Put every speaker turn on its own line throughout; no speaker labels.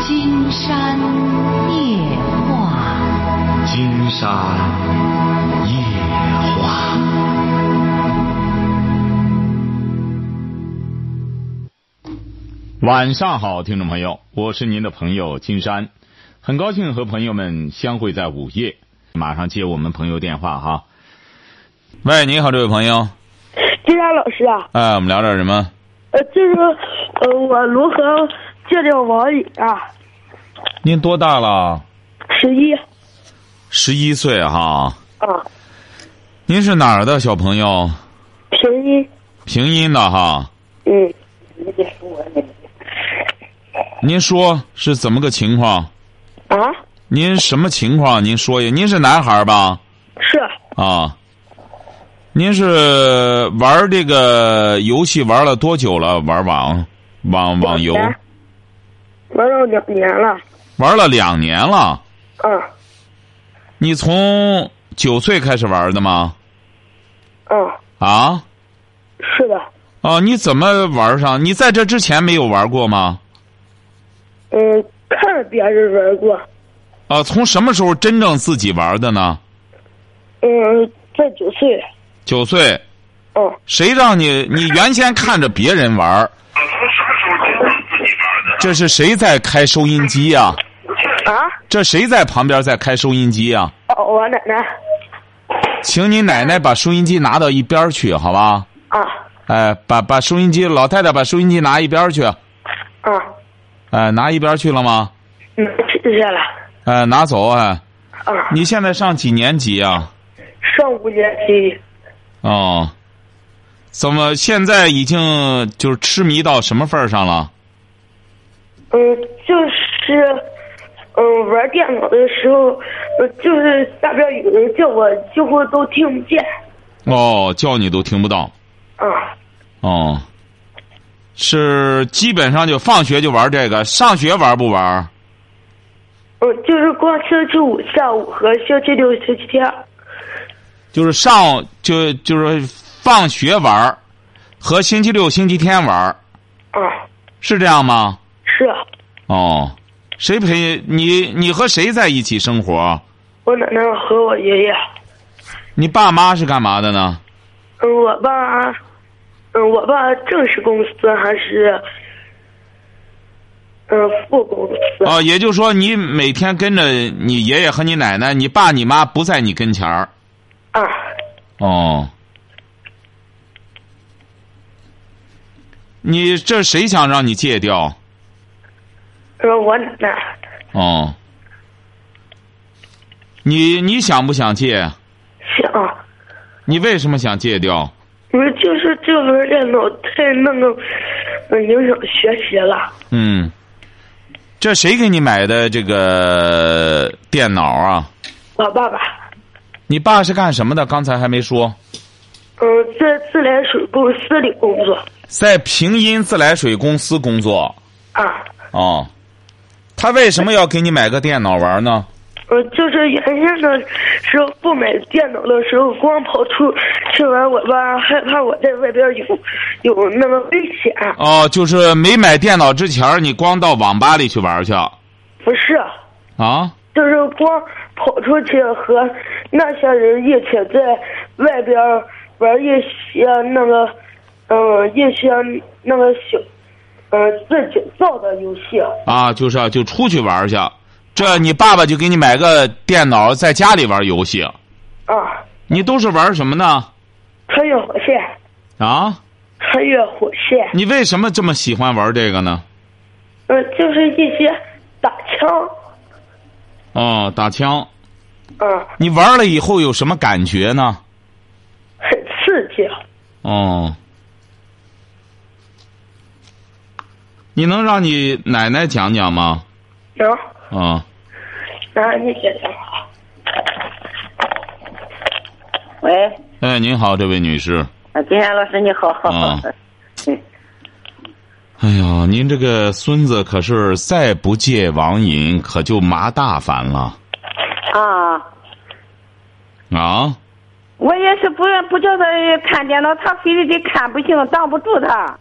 金山夜话，
金山夜话。晚上好，听众朋友，我是您的朋友金山，很高兴和朋友们相会在午夜。马上接我们朋友电话哈。喂，你好，这位朋友，
金山老师啊，
哎，我们聊点什么？
呃，就是呃，我如何戒掉网瘾啊？
您多大了？
十一
十一岁哈。
啊，
您是哪儿的小朋友？
平一，
平阴的哈。
嗯，
您说是怎么个情况？
啊，
您什么情况？您说一下。您是男孩儿吧？
是
啊。您是玩这个游戏玩了多久了？玩网网网游
两年玩了两年了，
玩了两年了。
嗯
你从九岁开始玩的吗？
嗯，
啊
是的，
啊！你怎么玩上？你在这之前没有玩过吗？
嗯，看着别人玩过，
啊，从什么时候真正自己玩的呢？
嗯，在九岁，
九岁，
嗯，
谁让你你原先看着别人玩儿？这是谁在开收音机呀、
啊，
这谁在旁边在开收音机呀、
哦，我奶奶
请你奶奶把收音机拿到一边儿去，好吧？
啊
哎，把把收音机，老太太把收音机拿一边儿去。
啊，
哎，拿一边儿去了吗？
嗯，谢谢了，
哎，拿走哎。
啊，
你现在上几年级啊？
上五年级，
哦，怎么现在已经就是痴迷到什么份儿上了？
嗯，就是，嗯，玩电脑的时候，呃，就是下边有人叫我，几乎都听不见。
哦，叫你都听不到。
啊，
哦，是基本上就放学就玩这个，上学玩不玩？
嗯，就是光星期五下午和星期六、星期天。
就是上就就是放学玩，和星期六、星期天玩，
啊，
是这样吗？
是
哦，谁陪你？你和谁在一起生活？
我奶奶和我爷爷。
你爸妈是干嘛的呢？
嗯，我爸，嗯，我爸正式公司还是，嗯，副公司。
哦，也就是说你每天跟着你爷爷和你奶奶，你爸你妈不在你跟前儿。
啊，
哦，你这谁想让你戒掉？
嗯，我奶奶
哦，你你想不想戒？
想。
你为什么想戒掉？
不是，就是这轮电脑太那个，嗯，影响学习了。
嗯，这谁给你买的这个电脑啊？
我爸爸，
你爸是干什么的？刚才还没说，
嗯，在自来水公司里工作。
在平阴自来水公司工作。
啊，
哦，他为什么要给你买个电脑玩呢？
嗯，就是原先的时候不买电脑的时候，光跑出去玩，我爸害怕我在外边有有那个危险。
哦，就是没买电脑之前儿，你光到网吧里去玩去
不是，
啊？
就是光跑出去和那些人一起在外边玩一些那个，嗯，一些那个小，嗯，自己造的游戏。
啊，就是啊，就出去玩去。这你爸爸就给你买个电脑，在家里玩游戏。
啊，
你都是玩什么呢？
穿越火线，
啊，
穿越火线，
你为什么这么喜欢玩这个呢？
嗯、就是一些打枪，
哦，打枪。
啊，
你玩了以后有什么感觉呢？
很刺激。
哦，你能让你奶奶讲讲吗？
能、
啊、
然后你姐姐好。
喂，
哎，您好，这位女士。
啊，金山老师你好。
啊
嗯
哎呦，您这个孙子可是再不戒网瘾，可就麻大烦了
啊，
啊！
我也是不不叫他看电脑，他非得得看不行，挡不住他。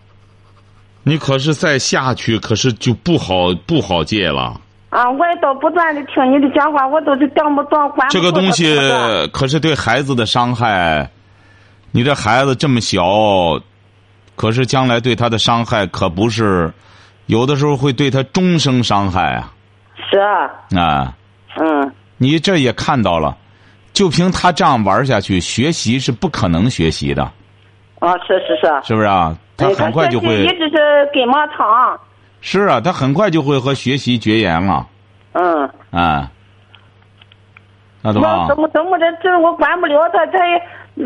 你可是再下去，可是就不好不好戒了。
啊，我也都不断的听你的讲话，我都是讲不懂，管不
这个
住
东西
这个
可是对孩子的伤害，你这孩子这么小，可是将来对他的伤害可不是，有的时候会对他终生伤害啊！
是啊，
啊，
嗯，
你这也看到了，就凭他这样玩下去，学习是不可能学习的，
啊，是是是。
是不是啊？他很快就
哎他学习一
会
直是跟毛汤，
是啊，他很快就会和学习绝缘了
嗯，
啊。那懂
我
吧？
怎么怎么的，这我管不了他，他也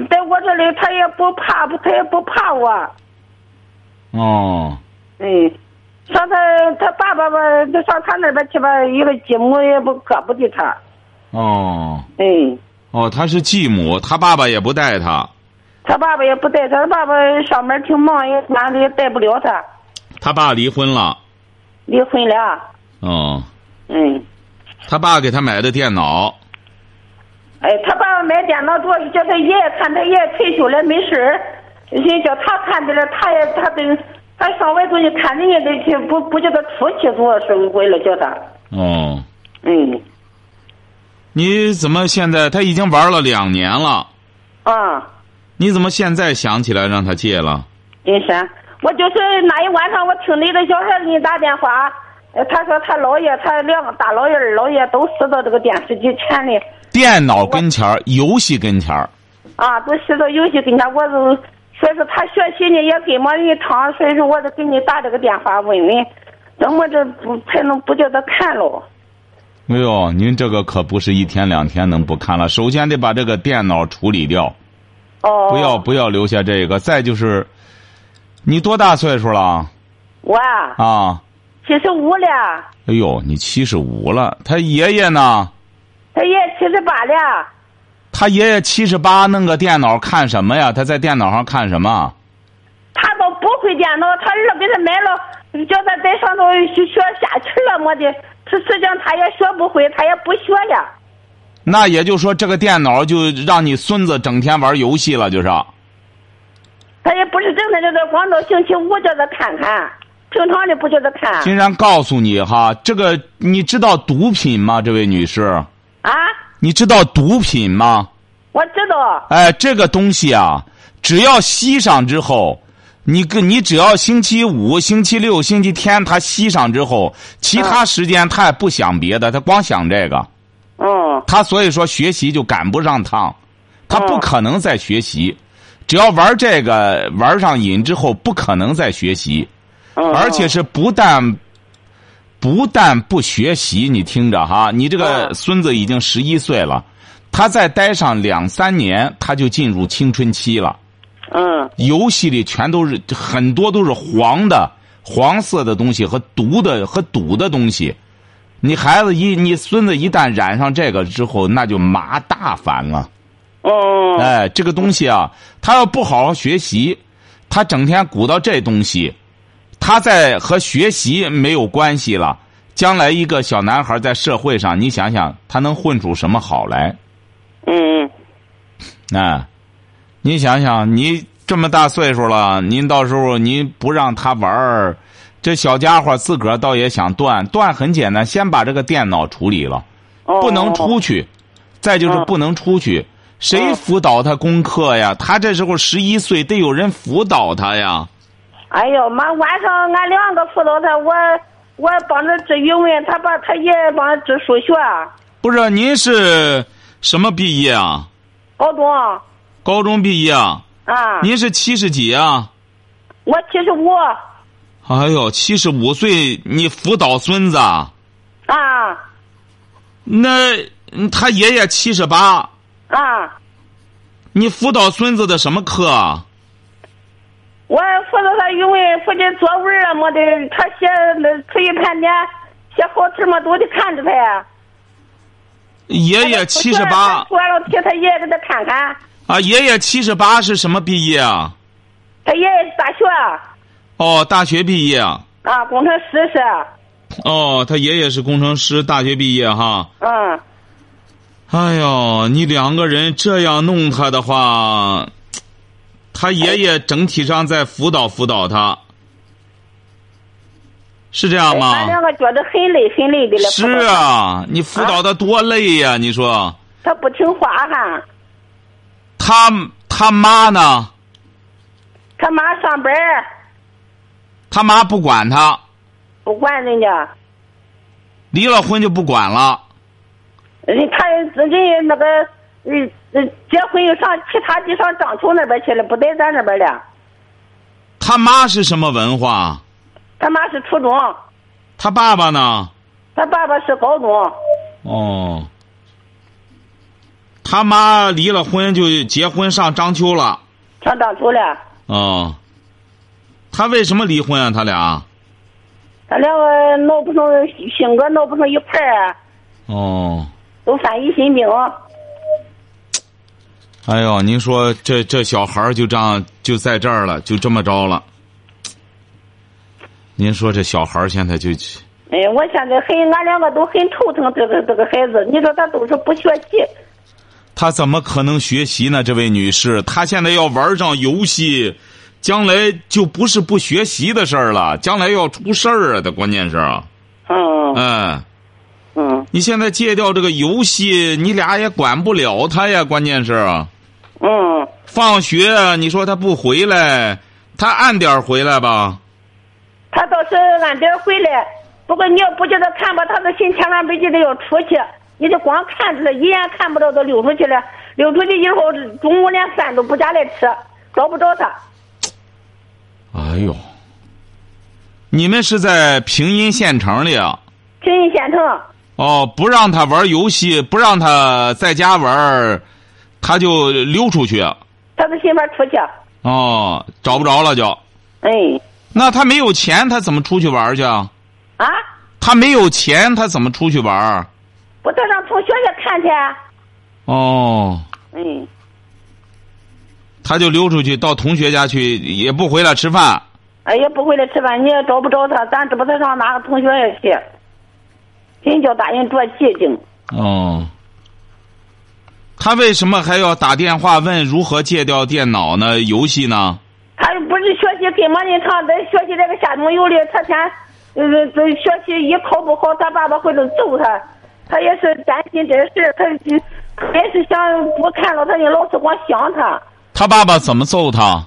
在我这里，他也不怕，他也不怕我，
哦，
嗯，上他他爸爸吧，就上他那边去吧，一个继母也不胳不的他，
哦，
嗯，
哦，他是继母，他爸爸也不带他。
他爸爸也不带他，他爸爸上班挺忙，也管的也带不了他，
他爸离婚了。
离婚了，
哦，
嗯，
他爸给他买的电脑。
哎，他爸爸买电脑主要是叫他爷爷看，他爷爷退休了没事儿，人叫他看着了，他也他得他上外头去看人家得去，不不叫他出去，主要是为了叫他，
哦，
嗯，
你怎么现在他已经玩了两年了？
啊，
你怎么现在想起来让他戒了？
金山，我就是那一晚上我听你的小孩给你打电话，呃他说他姥爷，他两个大姥爷、二姥爷都死到这个电视机前里，
电脑跟前儿，游戏跟前儿。
啊，都洗到游戏跟前，我就说是他学习呢也跟没人趟，所以说我就给你打这个电话问问，怎么这不才能不叫他看喽？
哎呦，您这个可不是一天两天能不看了。首先得把这个电脑处理掉，
哦，
不要不要留下这个。再就是，你多大岁数了
我啊，
啊？
七十五了，
哎呦，你七十五了。他爷爷呢？
他也七十八了，
他爷爷七十八，弄个电脑看什么呀？他在电脑上看什么？
他都不会电脑，他儿给他买了，叫他在上头去学下棋了么的，实实际上他也学不会，他也不学呀。
那也就是说，这个电脑就让你孙子整天玩游戏了，就是。
他也不是整天就是光到星期五叫他看看，平常的不叫他看
金山告诉你哈，这个你知道毒品吗？这位女士，
啊。
你知道毒品吗？
我知道，
哎，这个东西啊，只要吸上之后，你跟你只要星期五、星期六、星期天他吸上之后，其他时间他也不想别的，他光想这个。
嗯。
他所以说学习就赶不上趟，他不
嗯
可能再学习。只要玩这个玩上瘾之后，不可能再学习，
嗯
而且是不但不但不学习，你听着哈，你这个
嗯
孙子已经十一岁了，他再待上两三年，他就进入青春期了。
嗯
游戏里全都是很多都是黄的、黄色的东西和毒的和赌的东西。你孩子一你孙子一旦染上这个之后，那就麻大烦了。
嗯
哎，这个东西啊，他要不好好学习，他整天鼓捣这东西，他在和学习没有关系了。将来一个小男孩在社会上，你想想他能混出什么好来？
嗯
哎，你想想，你这么大岁数了，您到时候您不让他玩儿，这小家伙自个儿倒也想断，断很简单，先把这个电脑处理了，
哦
不能出去，再就是
嗯
不能出去，谁
嗯
辅导他功课呀？他这时候十一岁，得有人辅导他呀。
哎呦妈，晚上俺两个辅导他，我我帮着治语文，他把他爷爷帮着治数学，
不是，您是什么毕业啊？
高中
高中毕业啊？
啊。
您是七十几啊？
我七十五啊
哎呦，七十五岁，你辅导孙子啊？
啊
那嗯他爷爷七十八，
啊，
你辅导孙子的什么课啊？
我辅导他语文，辅导作文啊么的，他写那词语盘点，写好题么都得看着他呀。
爷爷哎七十八
出完了题，他爷爷给他看看，
啊，爷爷七十八是什么毕业啊？
他爷爷是大学
哦，大学毕业啊。
啊，工程师是，
哦，他爷爷是工程师，大学毕业哈。
嗯。
哎呦，你两个人这样弄他的话，他爷爷整体上在辅导辅导他。是这样
俺两
吗？
个觉得很累很累的哎了。
是啊，你辅导的多累呀、你说
他不听话哈，
他他妈呢？
他妈上班儿
他妈不管他，
不管人家，
离了婚就不管了。
人他人家那个嗯嗯结婚又上其他地上章丘那边去了，不在咱这边了。
他妈是什么文化？
他妈是初中，
他爸爸呢？
他爸爸是高中，
哦，他妈离了婚就结婚上章丘了。
上章丘了。
哦，他为什么离婚啊？他俩？
他两个闹不成性格闹不成一块儿，啊
哦，
都犯疑心病。
哎呦，您说这这小孩儿就这样就在这儿了，就这么着了。您说这小孩儿现在就
哎，我现在很，俺两个都很头疼这个这个孩子。你说他都是不学习，
他怎么可能学习呢？这位女士，他现在要玩上游戏，将来就不是不学习的事儿了，将来要出事儿啊！的关键是，
嗯
嗯，
嗯
你现在戒掉这个游戏，你俩也管不了他呀。关键是，啊
嗯，
放学你说他不回来，他按点儿回来吧。
他倒是俺这回来，不过你要不叫他看吧，他的心千万别记得要出去。你就光看着了，一眼看不着都溜出去了，溜出去以后中午连饭都不下来吃，找不着他。
哎呦，你们是在平阴县城里啊？
平阴县城，
哦，不让他玩游戏，不让他在家玩儿，他就溜出去。
他的媳妇儿出去，
哦，找不着了就。
哎，
那他没有钱，他怎么出去玩儿去啊？
啊，
他没有钱，他怎么出去玩儿？
我得上同学家看去，啊
哦，
嗯。
他就溜出去到同学家去，也不回来吃饭。
哎，也不回来吃饭，你也找不着他，咱知不他上哪个同学那去？真叫打人着急惊。
哦，他为什么还要打电话问如何戒掉电脑呢？游戏呢？
他又不是学习跟没人唱，在学习这个下中游里，他天，呃，这学习一考不好，他爸爸回头揍他。他也是担心这事儿，他他也是想不看到他，人老是光想他。
他爸爸怎么揍他？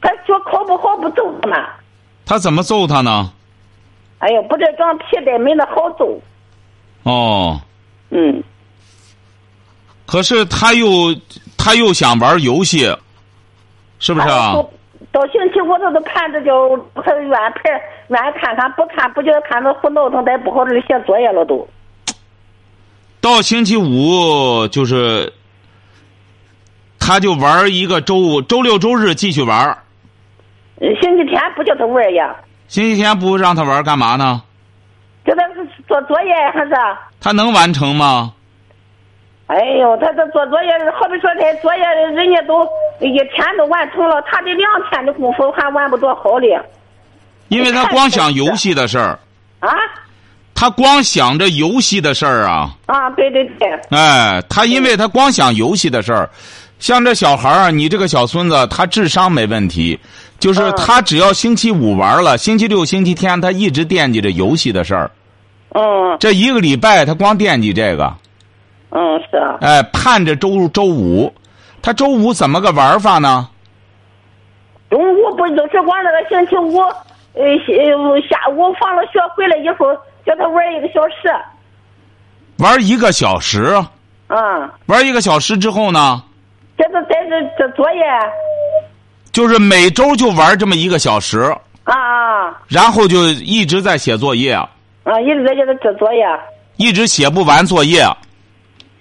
他学考不好不揍他嘛？
他怎么揍他呢？
哎呀，不这张皮带没那好揍。
哦，
嗯，
可是他又他又想玩游戏，是不是啊？
到到星期五他都盼着叫他远陪远看看，不看不觉得看着胡闹腾，再不好这写作业了都。
到星期五就是，他就玩一个周五、周六、周日继续玩儿，
呃星期天不叫他玩儿呀，
星期天不让他玩儿干嘛呢？
叫他是做作业还是？
他能完成吗？
哎呦，他这做作业，好比说这作业人家都一天都完成了，他这两天的功夫还完不着好嘞。
因为他光想游戏的事儿，
啊
他光想着游戏的事儿啊。
啊，对对对，
哎，他因为他光想游戏的事儿，像这小孩儿啊，你这个小孙子，他智商没问题，就是
嗯
他只要星期五玩了，星期六、星期天他一直惦记着游戏的事儿，
嗯
这一个礼拜他光惦记这个，
嗯是啊，
哎，盼着周周五，他周五怎么个玩法呢？
中午不就是光那个星期五，呃下下午放了学回来以后，叫他玩儿一个小时。
玩一个小时，啊
嗯，
玩一个小时之后呢，
这是在这这作业
就是每周就玩这么一个小时，
啊啊
然后就一直在写作业，
啊，一直在叫他这作业，
一直写不完作业。啊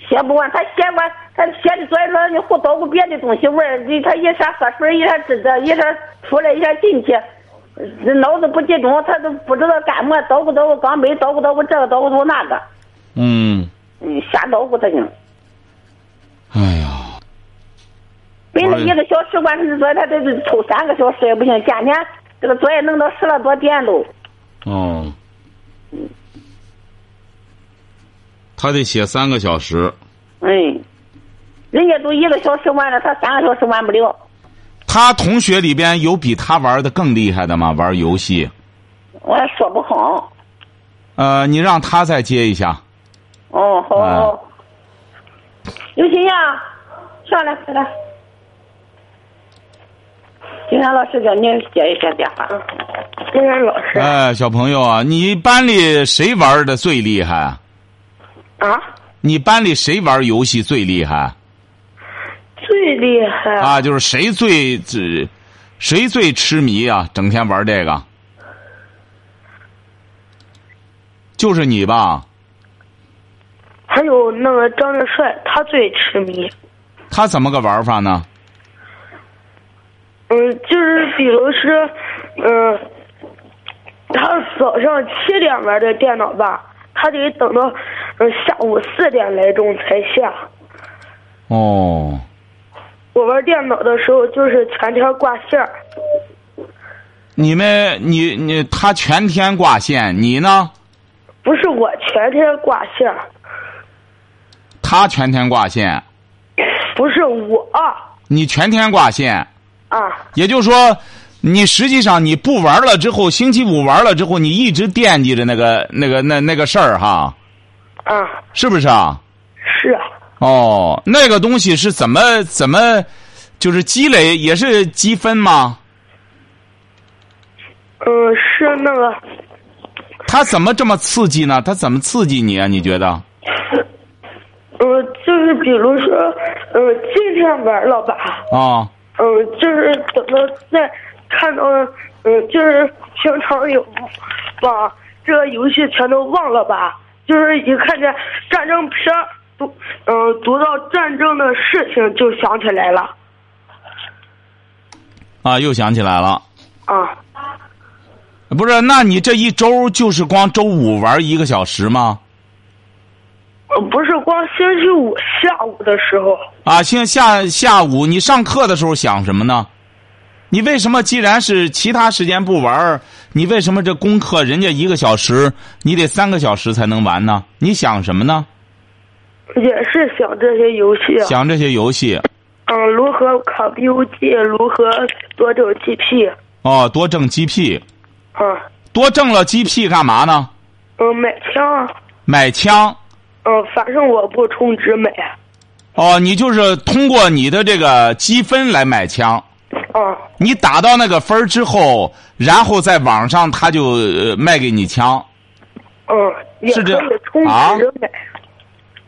写不完，他写完他写的作业说你胡捣鼓别的东西玩儿，你他一下喝水，一下这这，一下出来，一下进去，这脑子不集中，他都不知道干么，捣鼓捣鼓钢杯，捣鼓捣鼓这个，捣鼓捣鼓那个，
嗯，
嗯，瞎捣鼓他呢。
哎呀。
本来一个小时完成的作业，他得抽三个小时也不行，今天这个作业弄到十了多点都，
哦，他得写三个小时。
嗯，人家都一个小时完了，他三个小时完不了。
他同学里边有比他玩的更厉害的吗？玩游戏？
我也说不好。
呃，你让他再接一下。
哦，好。
啊
刘新呀，上来上来。金山老师给您接一下啊电话。
金山老师
哎，小朋友啊，你班里谁玩的最厉害啊？
啊，
你班里谁玩游戏最厉害
最厉害
啊？就是谁最这，谁最痴迷啊？整天玩这个，就是你吧？
还有那个张振帅，他最痴迷。
他怎么个玩法呢？
嗯，就是比如是，嗯，他早上七点玩的电脑吧，他得等到嗯下午四点来钟才下。
哦，
我玩电脑的时候就是全天挂线儿，
你们你你他全天挂线，你呢？
不是我全天挂线儿，
他全天挂线，
不是我啊
你全天挂线。
啊
也就是说，你实际上你不玩了之后，星期五玩了之后，你一直惦记着那个那个那那个事儿哈，
啊
是不是啊？
是啊
哦，那个东西是怎么怎么，就是积累也是积分吗？
嗯是那个
它怎么这么刺激呢？它怎么刺激你啊？你觉得？
嗯就是比如说嗯今天玩了吧，
哦
嗯就是等到再看到嗯就是平常有把这个游戏全都忘了吧，就是一看见战争片儿读嗯读到战争的事情就想起来了
啊，又想起来了。
啊。
不是，那你这一周就是光周五玩一个小时吗？
呃，不是光星期五下午的时候，
啊，现下下午你上课的时候想什么呢？你为什么既然是其他时间不玩儿，你为什么这功课人家一个小时，你得三个小时才能完呢？你想什么呢？
也是想这些游戏啊，
想这些游戏
嗯，如何卡 BUG，如何夺走 GP，
哦，多挣 GP，
啊，
多挣了 GP 干嘛呢？
嗯，买枪啊，
买枪
嗯，反正我不充值买，
哦，你就是通过你的这个积分来买枪。
啊，
你打到那个分儿之后，然后在网上他就、呃卖给你枪，
嗯，也
是
可
这样啊
以充值买，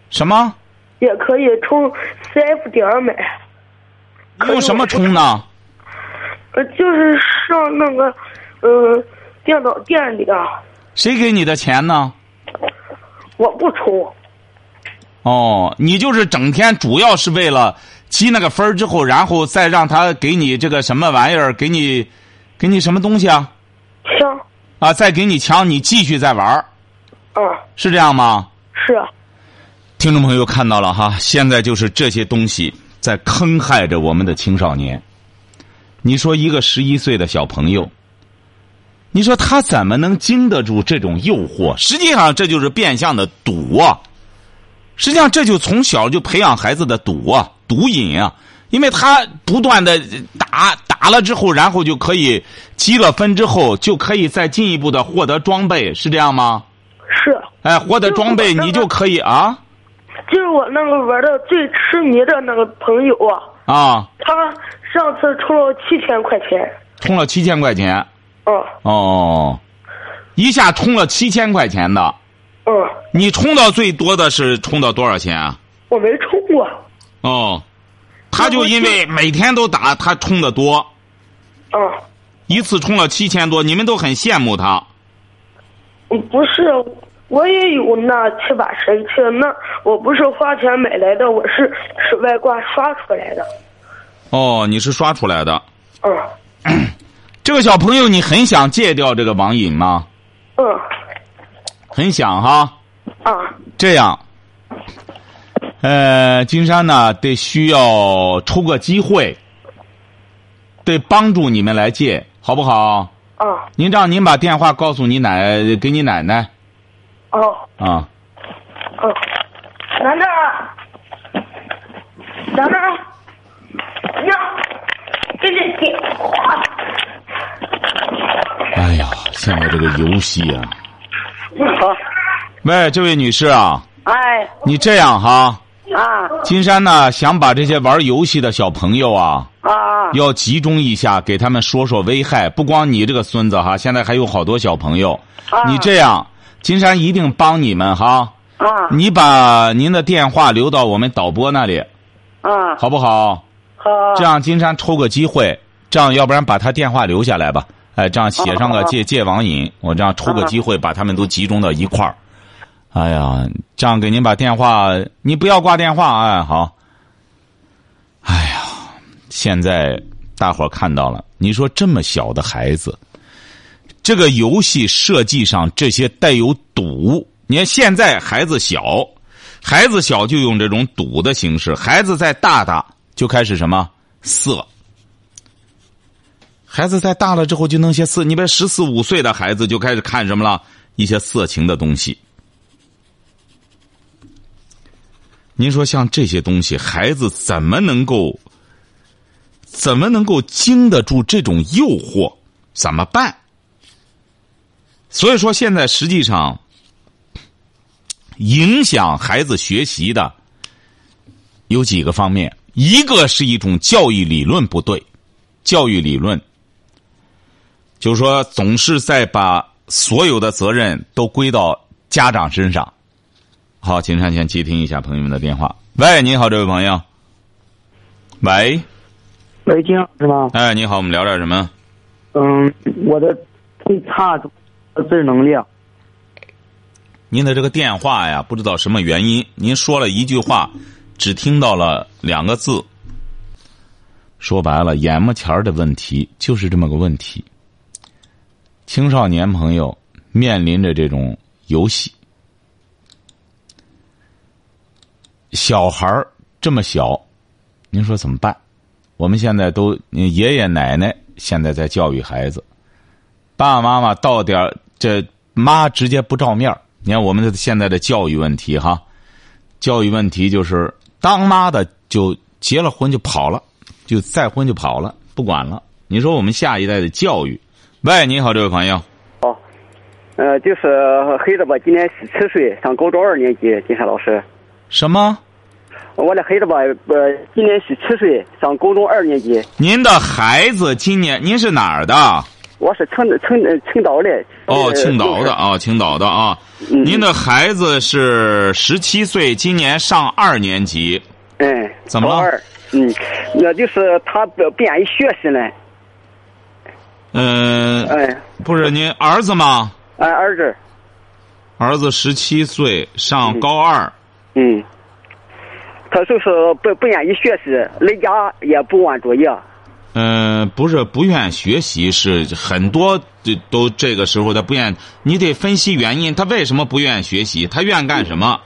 什么？
也可以充 CF 点儿买，可
用
是
什么
我
充呢？
呃，就是上那个，嗯，电脑店里啊，
谁给你的钱呢？
我不充，
哦，你就是整天主要是为了积那个分儿之后，然后再让他给你这个什么玩意儿，给你，给你什么东西啊？
枪，
啊，再给你枪，你继续再玩儿，
啊，
是这样吗？
是啊，
听众朋友看到了哈，现在就是这些东西在坑害着我们的青少年。你说一个十一岁的小朋友，你说他怎么能经得住这种诱惑？实际上这就是变相的赌啊！实际上这就从小就培养孩子的赌啊、毒瘾啊，因为他不断的打打了之后，然后就可以积了分之后，就可以再进一步的获得装备，是这样吗？
是啊。
哎，获得装备
就是我
你就可以啊
就是我那个玩的最痴迷的那个朋友啊，
啊！
他上次充了七千块钱，
充了七千块钱
嗯
哦，一下充了七千块钱的，
嗯，
你充到最多的是充到多少钱啊？
我没充过，
哦，他就因为每天都打，他充的多，
啊，
一次充了七千多，你们都很羡慕他。
嗯不是，我也有那七把神器，那我不是花钱买来的，我是室外挂刷出来的，
哦，你是刷出来的。
嗯
这个小朋友，你很想戒掉这个网瘾吗？
嗯
很想哈。
啊
这样，呃，金山呢得需要出个机会，得帮助你们来戒，好不好？
啊
您让您把电话告诉你奶，给你奶奶
哦
啊。
哦，楠楠啊，楠楠啊，娘，给你给。
哎呀，现在这个游戏啊！
好，
喂，这位女士啊，
哎
你这样哈，
啊
金山呢想把这些玩游戏的小朋友啊，
啊
要集中一下，给他们说说危害。不光你这个孙子哈，现在还有好多小朋友。
啊！
你这样，金山一定帮你们哈。
啊
你把您的电话留到我们导播那里，
啊
好不好？
好，
这样金山抽个机会，这样要不然把他电话留下来吧。哎，这样写上个
哦
戒戒网瘾，我这样抽个机会把他们都集中到一块儿。哎呀，这样给您把电话，你不要挂电话，哎，好。哎呀，现在大伙儿看到了，你说这么小的孩子，这个游戏设计上这些带有赌，你看现在孩子小，孩子小就用这种赌的形式，孩子再大大就开始什么色。孩子再大了之后就弄些色，你别十四五岁的孩子就开始看什么了，一些色情的东西。您说像这些东西，孩子怎么能够，怎么能够经得住这种诱惑？怎么办？所以说，现在实际上影响孩子学习的有几个方面，一个是一种教育理论不对，教育理论就是说总是在把所有的责任都归到家长身上。好，金山先接听一下朋友们的电话。喂，你好，这位朋友。喂，
北京是吧？
哎，你好，我们聊点什么？
嗯，我的最差的自制能力，
您的这个电话呀，不知道什么原因，您说了一句话，只听到了两个字。说白了，眼目前儿的问题就是这么个问题。青少年朋友面临着这种游戏，小孩儿这么小，您说怎么办？我们现在都爷爷奶奶现在在教育孩子，爸爸妈妈到点儿这妈直接不照面儿你看我们的现在的教育问题哈，教育问题就是当妈的就结了婚就跑了，就再婚就跑了，不管了。你说我们下一代的教育？喂，你好，这位朋友，
呃，就是孩子吧，今年十岁，上高中二年级。金山老师，
什么？
我的孩子吧，呃，今年十七岁，上高中二年级。
您的孩子今年您是哪儿的？
我是青青呃青岛的。
哦，
呃
青岛的。啊，青岛的啊。
嗯
您的孩子是十七岁，今年上二年级。
嗯。
怎么了
高二。嗯，那就是他不不愿意学习呢。
嗯、
哎，
不是您儿子吗？
俺儿子，
儿子十七岁，上高二。
嗯，他就是不不愿意学习，来家也不完作业。
呃，不是不愿学习，是很多这都这个时候他不愿，你得分析原因，他为什么不愿学习？他愿干什么？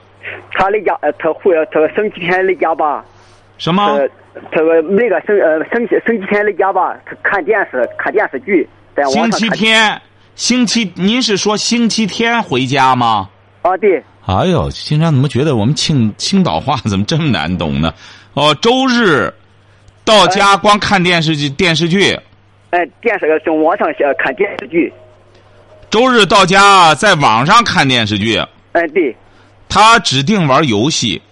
他来家，呃他会，他星期天来家吧，
什么？
呃，他个那个星呃星期星期天在家吧，他看电视看电视剧，在网上
星期
看
天，星期，您是说星期天回家吗？
啊，对，
哎呦，金山怎么觉得我们青青岛话怎么这么难懂呢？哦，周日到家光看电视剧，电视剧。
哎、电视从网上呃看电视剧，
周日到家在网上看电视剧，
哎、对，
他指定玩游戏，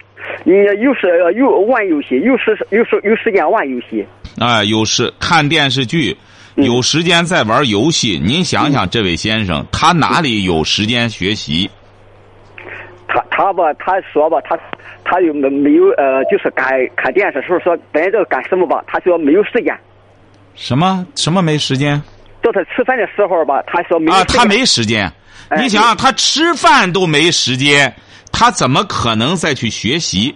你有时呃有玩游戏，有时有时有时间玩游戏，
啊、有时看电视剧，
嗯
有时间在玩游戏。您想想，这位先生他哪里有时间学习？
他他吧他说吧他他又没没有呃就是看看电视时候说咱这干什么吧，他说没有时间，
什么什么没时间
到他吃饭的时候吧，他说没有
啊？
时间
他没时间。
哎
你想想，他吃饭都没时间，他怎么可能再去学习？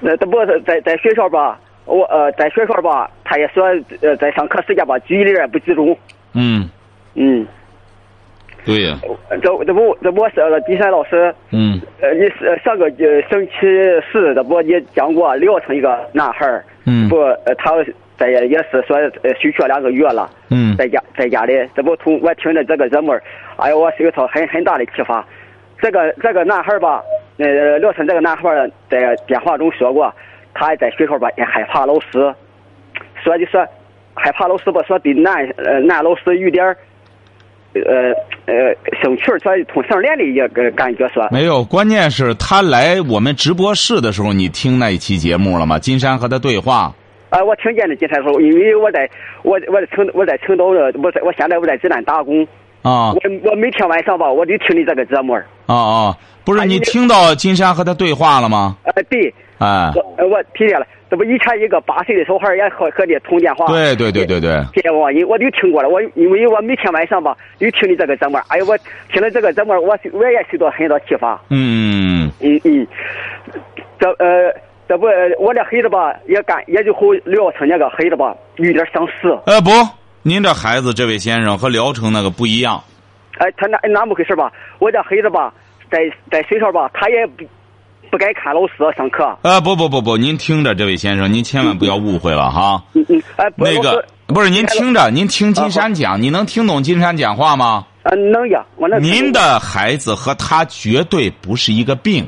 那这不是在在学校吧，我呃在学校吧，他也说呃在上课时间吧，注意力也不集中。
嗯，
嗯，
对呀、
呃这这不这不是呃金山老师，
嗯
呃，你是呃上个呃星期四这不你讲过聊成一个男孩儿，
嗯
不呃他在也是说呃休学两个月了，
嗯
在家在家里，这不从我听着这个热门儿，哎呀，我受到很很大的启发。这个这个男孩儿吧，呃，聊成这个男孩儿在电话中说过，他在学校吧也害怕老师，说就说害怕老师吧，说得男呃男老师有点儿，呃呃兴趣儿，说同性恋的一个感觉说。
没有，关键是他来我们直播室的时候，你听那一期节目了吗？金山和他对话，
啊，我听见了，今天说，因为我在我我在成我在成都的，我在我现在我在济南打工，
啊
我我每天晚上吧，我就听你这个节目儿。
啊啊！不是
哎
你
你
听到金山和他对话了吗？
呃，对，
哎，
我呃我听见了，这不以前一个八岁的小孩儿也和和你通电话。
对对对对对，
接网银，我就听过了。我因为我每天晚上吧，就听你这个节目儿。哎呀，我听了这个节目儿，我我也受到很多启发。
嗯，
嗯嗯，这呃，这不呃我这孩子吧，也感也就和聊城那个孩子吧，有点相似。
呃，不，您这孩子这位先生和聊城那个不一样。
哎，他那那么回事吧？我这孩子吧，在在学校吧，他也不不该看老师上课。
呃，不不不不，您听着，这位先生，您千万不要误会了哈。
嗯嗯，哎，不
那个不是您听着，您听金山讲，你能听懂金山讲话吗？
啊，能呀，我能。
您的孩子和他绝对不是一个病，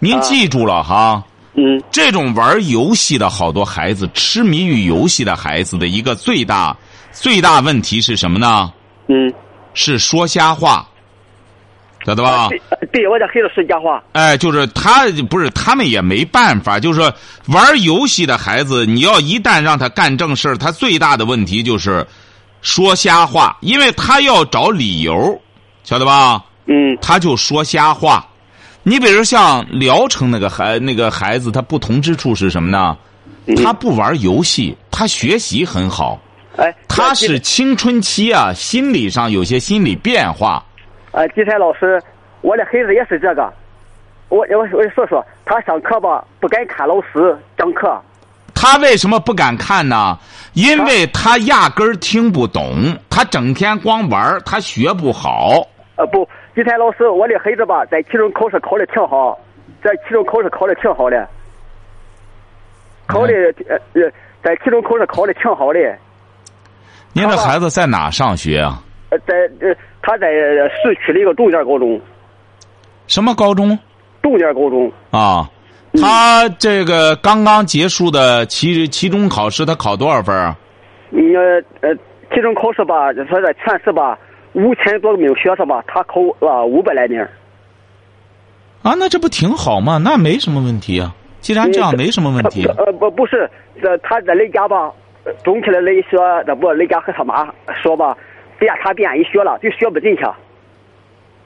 您记住了哈。
嗯
这种玩游戏的好多孩子，痴迷于游戏的孩子的一个最大最大问题是什么呢？
嗯
是说瞎话，知道吧？
对对，我这孩子说假话。
哎，就是他不是他们也没办法，就是说玩游戏的孩子，你要一旦让他干正事儿他最大的问题就是说瞎话，因为他要找理由，晓得吧？
嗯
他就说瞎话。你比如像聊城那个孩那个孩子，他不同之处是什么呢？他不玩游戏，他学习很好，
哎，
他是青春期啊，心理上有些心理变化。
呃，金山老师，我的孩子也是这个，我我我说说，他上课吧不敢看老师讲课，
他为什么不敢看呢？因为他压根儿听不懂，他整天光玩儿他学不好。
呃不，金山老师，我的孩子吧在期中考试考的挺好，在期中考试考的挺好的，考的
嗯
呃呃在期中考试考的挺好的，
您
好
的
吧
孩子在哪上学啊？
呃在呃他在市区的一个重点高中，
什么高中
重点高中，
啊？他这个刚刚结束的期期中考试，他考多少分儿啊？
你呃呃期中考试吧，说在全市吧五千多名学生吧，他考了五百来名。
啊，那这不挺好吗？那没什么问题啊。既然这样，没什么问题。
呃，不不是，这他在雷家吧，呃总体来来说，这不雷家和他妈说吧，别他别愿意学了，就学不进去。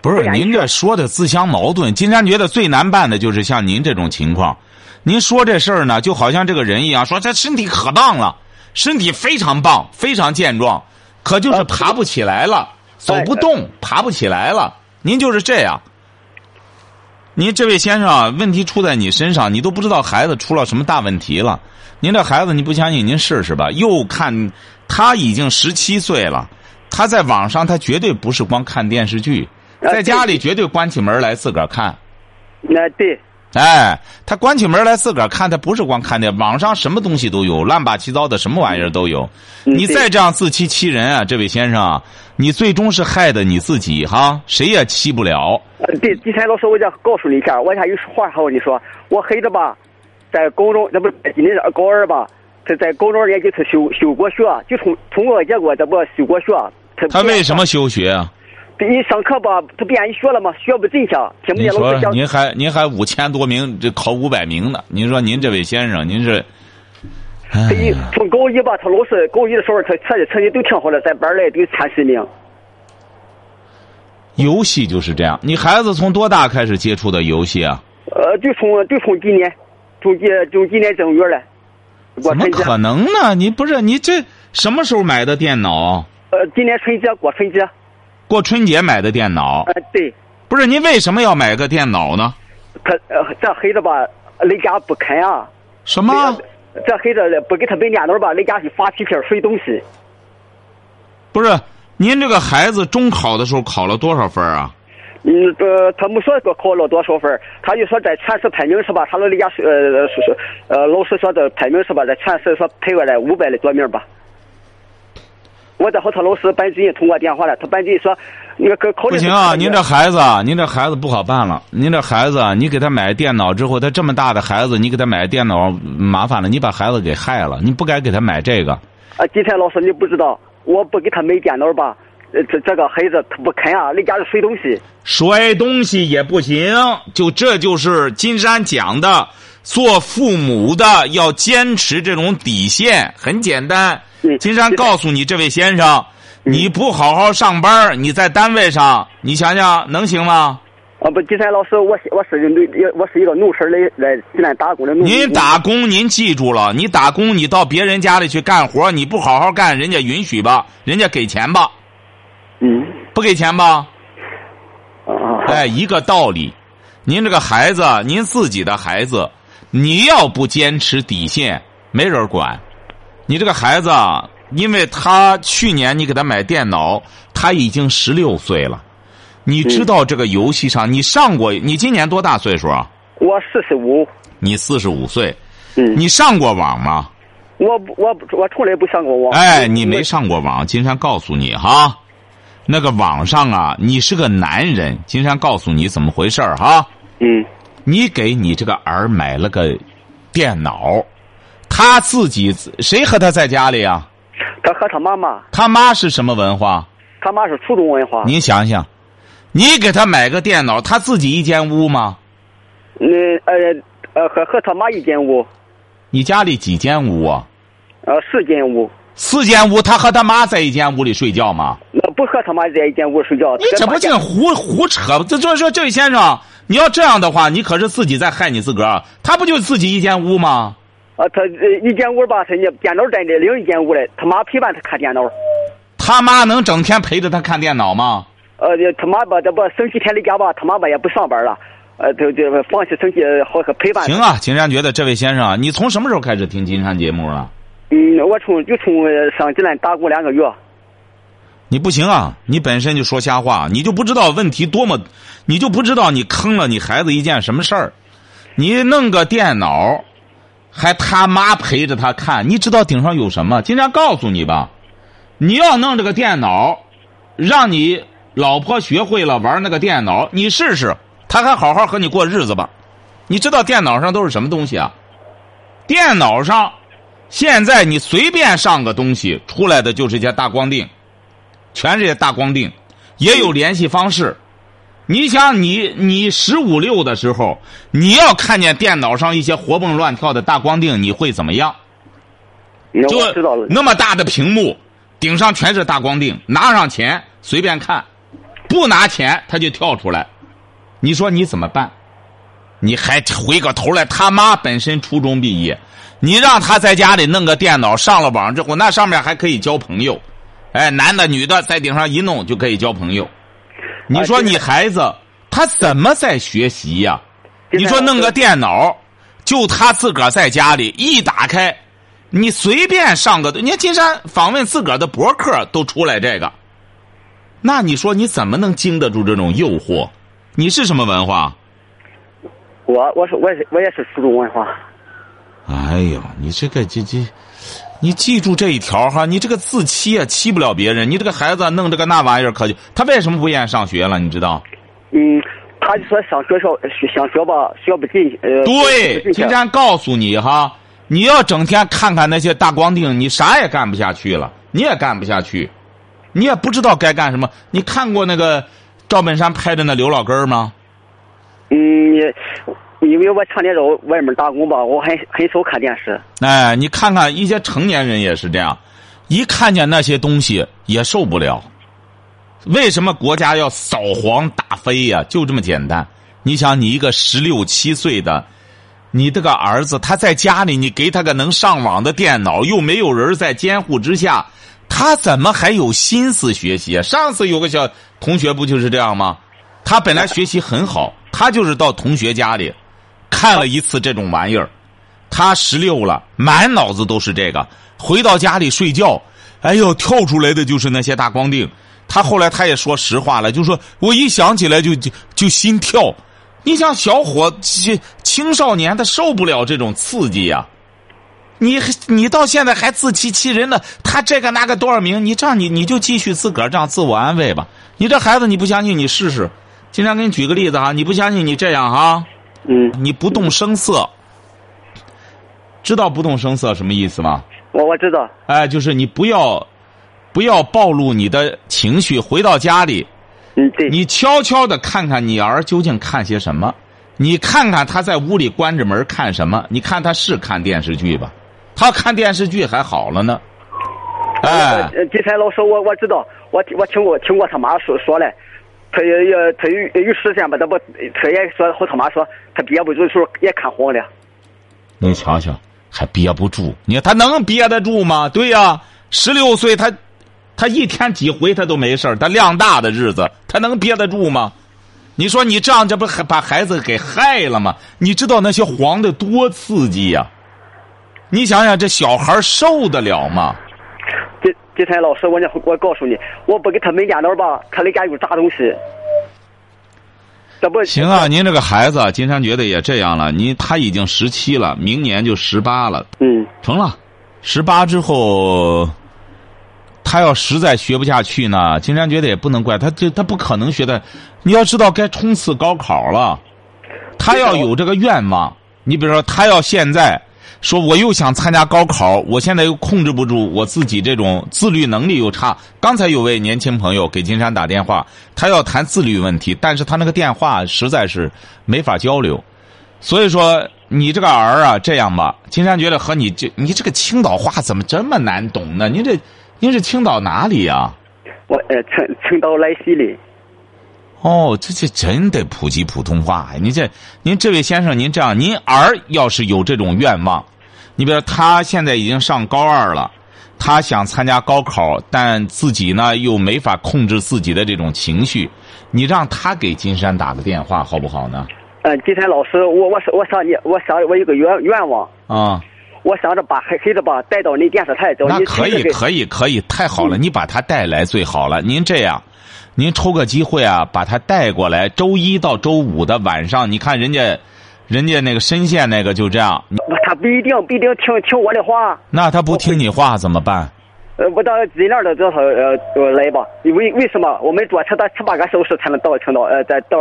不
不
是
然
您这说的自相矛盾。金山觉得最难办的就是像您这种情况，您说这事儿呢，就好像这个人一样，说他身体可当了，身体非常棒，非常健壮，可就是爬不起来了，走不动，爬不起来了。您就是这样。您这位先生啊，问题出在你身上，你都不知道孩子出了什么大问题了。您这孩子，你不相信，您试试吧。又看，他已经十七岁了，他在网上，他绝对不是光看电视剧，
呃
在家里绝对关起门来自个儿看。
那、呃对，
哎，他关起门来自个儿看，他不是光看的，网上什么东西都有，乱八七糟的什么玩意儿都有。
嗯
你
对
再这样自欺欺人啊，这位先生啊，你最终是害的你自己哈，谁也欺不了。
呃对，金山老师，我想告诉你一下，我想有话和你说，我孩子吧，在高中，这不今年高二吧，他在高中人家就是休休过学，就通通过结果，这不休过学。他
他
不
为什么休学啊？
一上课吧，他不愿意学了嘛，学不进去，听不
您
见老
说
师讲。
您还您还五千多名，这考五百名呢？您说您这位先生，您是，哎
他一从高一吧，他老师高一的时候，他成绩成绩都挺好的，在班里都前十名。
游戏就是这样。你孩子从多大开始接触的游戏啊？
呃，就从就从今年，从今从今年正月了。过
怎么
春节，
可能呢？你不是你这什么时候买的电脑？
呃，今年春节过春节，
过春节买的电脑，
呃，对，
不是您为什么要买个电脑呢？
他呃这孩子吧，离家不肯啊，
什么？
这孩子不给他买电脑吧，离家去发脾气摔东西。
不是您这个孩子中考的时候考了多少分啊？
嗯，呃，他没说考了多少分儿，他就说在全市排名是吧？他老离家是呃是是呃，老师说的排名是吧？在全市说排过来五百多名吧。我在和他老师班主任通过电话了，他班主任说，那个考考虑
不行啊！您这孩子，啊，您这孩子不好办了。您这孩子，啊，你给他买电脑之后，他这么大的孩子，你给他买电脑麻烦了，你把孩子给害了。你不该给他买这个。
啊，今天老师你不知道，我不给他买电脑吧，呃这这个孩子他不肯啊，离家里摔东西。
摔东西也不行，就这就是金山讲的，做父母的要坚持这种底线，很简单
嗯。
金山告诉你，这位先生，你不好好上班，你在单位上，你想想能行吗？
啊不，今天老师我是我是一我是一个农村来来济南打工的农。
您打工，您记住了，你打工，你到别人家里去干活，你不好好干，人家允许吧？人家给钱吧？
嗯
不给钱吧？
啊
哎，一个道理。您这个孩子，您自己的孩子，你要不坚持底线，没人管。你这个孩子，啊，因为他去年你给他买电脑，他已经十六岁了。你知道这个游戏上，你上过？你今年多大岁数啊？
我四十五，
你四十五岁，
嗯，
你上过网吗？
我不我不我从来不上过网。
哎，你没上过网，金山告诉你哈，那个网上啊，你是个男人，金山告诉你怎么回事儿哈。
嗯
你给你这个儿买了个电脑，他自己谁和他在家里啊？
他和他妈妈，
他妈是什么文化？
他妈是初中文化。
您想想，你给他买个电脑，他自己一间屋吗？
嗯呃呃和和他妈一间屋，
你家里几间屋啊？
呃四间屋，
四间屋，他和他妈在一间屋里睡觉吗？
那不和他妈在一间屋睡觉。
你这不净胡胡扯！这这这这位先生，你要这样的话，你可是自己在害你自个儿。啊他不就自己一间屋吗？
啊，他呃一间屋吧，他家电脑在那另一间屋嘞，他妈陪伴他看电脑。
他妈能整天陪着他看电脑吗？
呃，他妈吧，这不星期天离家吧，他妈吧也不上班了，呃，就就放弃星期好好陪伴。
行啊，金山觉得这位先生啊，你从什么时候开始听金山节目啊了？
嗯，我从就从呃上济南打工两个月。
你不行啊！你本身就说瞎话，你就不知道问题多么，你就不知道你坑了你孩子一件什么事儿。你弄个电脑，还他妈陪着他看，你知道顶上有什么？今天告诉你吧，你要弄这个电脑，让你老婆学会了玩那个电脑，你试试，她还好好和你过日子吧。你知道电脑上都是什么东西啊？电脑上，现在你随便上个东西出来的就是一些大光腚。全是些大光腚，也有联系方式。你想你，你十五六的时候，你要看见电脑上一些活蹦乱跳的大光腚，你会怎么样？
嗯
就
我知道了。
那么大的屏幕，顶上全是大光腚，拿上钱随便看，不拿钱他就跳出来。你说你怎么办？你还回过头来，他妈本身初中毕业，你让他在家里弄个电脑，上了网之后，那上面还可以交朋友，哎，男的女的在顶上一弄就可以交朋友。你说
啊这个
你孩子他怎么在学习呀、
现在
你说弄
我
个电脑，就他自个儿在家里一打开，你随便上个，人家金山访问自个儿的博客都出来这个，那你说你怎么能经得住这种诱惑？你是什么文化？
我我是我也是我也是初中文化。
哎呦，你这个这这，你记住这一条哈，你这个自欺啊，欺不了别人。你这个孩子啊弄这个那玩意儿可就，他为什么不愿意上学了？你知道？
嗯，他就说上学校学想学吧，学不进。呃，学不
对，
进去
金山告诉你哈，你要整天看看那些大光腚，你啥也干不下去了，你也干不下去，你也不知道该干什么。你看过那个赵本山拍的那刘老根儿吗？
嗯，也因为我常年在外面打工吧，我很很少看电视。
哎，你看看一些成年人也是这样，一看见那些东西也受不了。为什么国家要扫黄打非呀、就这么简单。你想，你一个十六七岁的，你这个儿子他在家里，你给他个能上网的电脑，又没有人在监护之下，他怎么还有心思学习啊？上次有个小同学不就是这样吗？他本来学习很好，他就是到同学家里看了一次这种玩意儿，他十六了，满脑子都是这个。回到家里睡觉，哎呦，跳出来的就是那些大光腚。他后来他也说实话了，就说我一想起来就就就心跳。你想小伙这青少年他受不了这种刺激呀、你你到现在还自欺欺人呢，他这个那个多少名，你这样你你就继续自个儿这样自我安慰吧。你这孩子你不相信你试试，经常给你举个例子哈，你不相信你这样哈、
嗯
你不动声色，知道不动声色什么意思吗？
我我知道，
哎，就是你不要，不要暴露你的情绪。回到家里，
嗯，对，
你悄悄的看看你儿究竟看些什么，你看看他在屋里关着门看什么，你看他是看电视剧吧？他看电视剧还好了呢，哎，
呃，金山老师，我我知道，我听我听过听过他妈说说嘞，他也也他有有时间吧，他不呃他也说和他妈说，他憋不住的时候也看黄了。
你瞧瞧，还憋不住？你看他能憋得住吗？对呀、十六岁他，他一天几回他都没事儿他量大的日子他能憋得住吗？你说你这样，这不还把孩子给害了吗？你知道那些黄的多刺激呀、你想想，这小孩儿受得了吗？
金金山老师，我那我告诉你，我不给他们家那儿吧，他们家有炸东西。这不
行啊，您这个孩子，金山觉得也这样了。您他已经十七了，明年就十八了，
嗯，
成了。十八之后，他要实在学不下去呢，金山觉得也不能怪他，这他不可能学的。你要知道，该冲刺高考了，他要有这个愿望。你比如说，他要现在说我又想参加高考，我现在又控制不住我自己这种自律能力又差。刚才有位年轻朋友给金山打电话，他要谈自律问题，但是他那个电话实在是没法交流。所以说，你这个儿啊，这样吧，金山觉得和你这，你这个青岛话怎么这么难懂呢？您这，您是青岛哪里呀、
我呃，青青岛莱西的，
哦，这这真得普及普通话呀！您这，您这位先生，您这样，您儿要是有这种愿望，你比如他现在已经上高二了，他想参加高考，但自己呢又没法控制自己的这种情绪，你让他给金山打个电话好不好呢？
嗯，金山老师，我我是我想你，我想我有个愿愿望，
啊、
我想着把孩孩子吧带到你电视台，找
那
你
可以，可以，可以，太好
嗯
了！你把他带来最好了。您这样，您抽个机会啊，把他带过来。周一到周五的晚上，你看人家，人家那个深县那个就这样，
不他不一定不一定听听我的话，
那他不听你话怎么办？
呃，我到尽量的叫他呃呃来吧。因为为什么我们坐车到七八个小时才能到青岛？呃，再到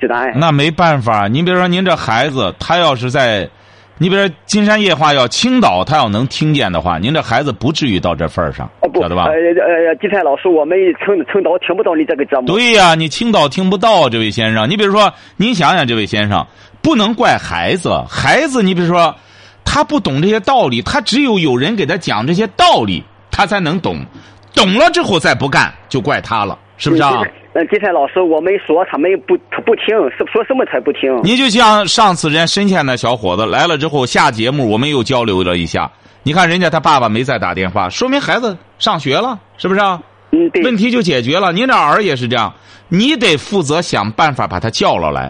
济南？
那没办法，您比如说您这孩子，他要是在，你比如说金山夜话要青岛，他要能听见的话，您这孩子不至于到这份儿上，
哦不，
晓得吧？
呃呃，金山老师，我们青青岛听不到你这个节目。
对呀、你青岛听不到，这位先生。你比如说，您想想，这位先生不能怪孩子，孩子，你比如说，他不懂这些道理，他只有有人给他讲这些道理，他才能懂。懂了之后再不干，就怪他了，是不是啊？
嗯，金山老师，我们说他们不，他不听，是说什么他不听。
你就像上次人家深县那小伙子来了之后，下节目我们又交流了一下，你看人家他爸爸没再打电话，说明孩子上学了，是不是啊？
嗯，对，
问题就解决了。您这儿也是这样，你得负责想办法把他叫了来，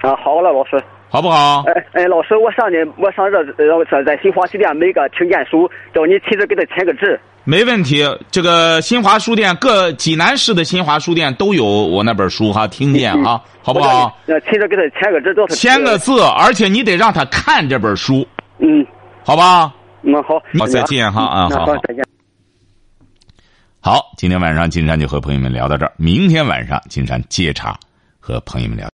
啊，好了，老师。
好不好？
哎哎，老师，我上你，我上这，呃，在在新华书店买个请柬书，叫你亲自给他签个字。
没问题，这个新华书店各济南市的新华书店都有我那本书哈，听见哈，好不好？？
呃，亲自给他签个字，叫他
签个。字，而且你得让他看这本书，
嗯，
好吧？
嗯，好。
好再见哈啊
那
好好
再见。
好，今天晚上金山就和朋友们聊到这儿，明天晚上金山接茬和朋友们聊。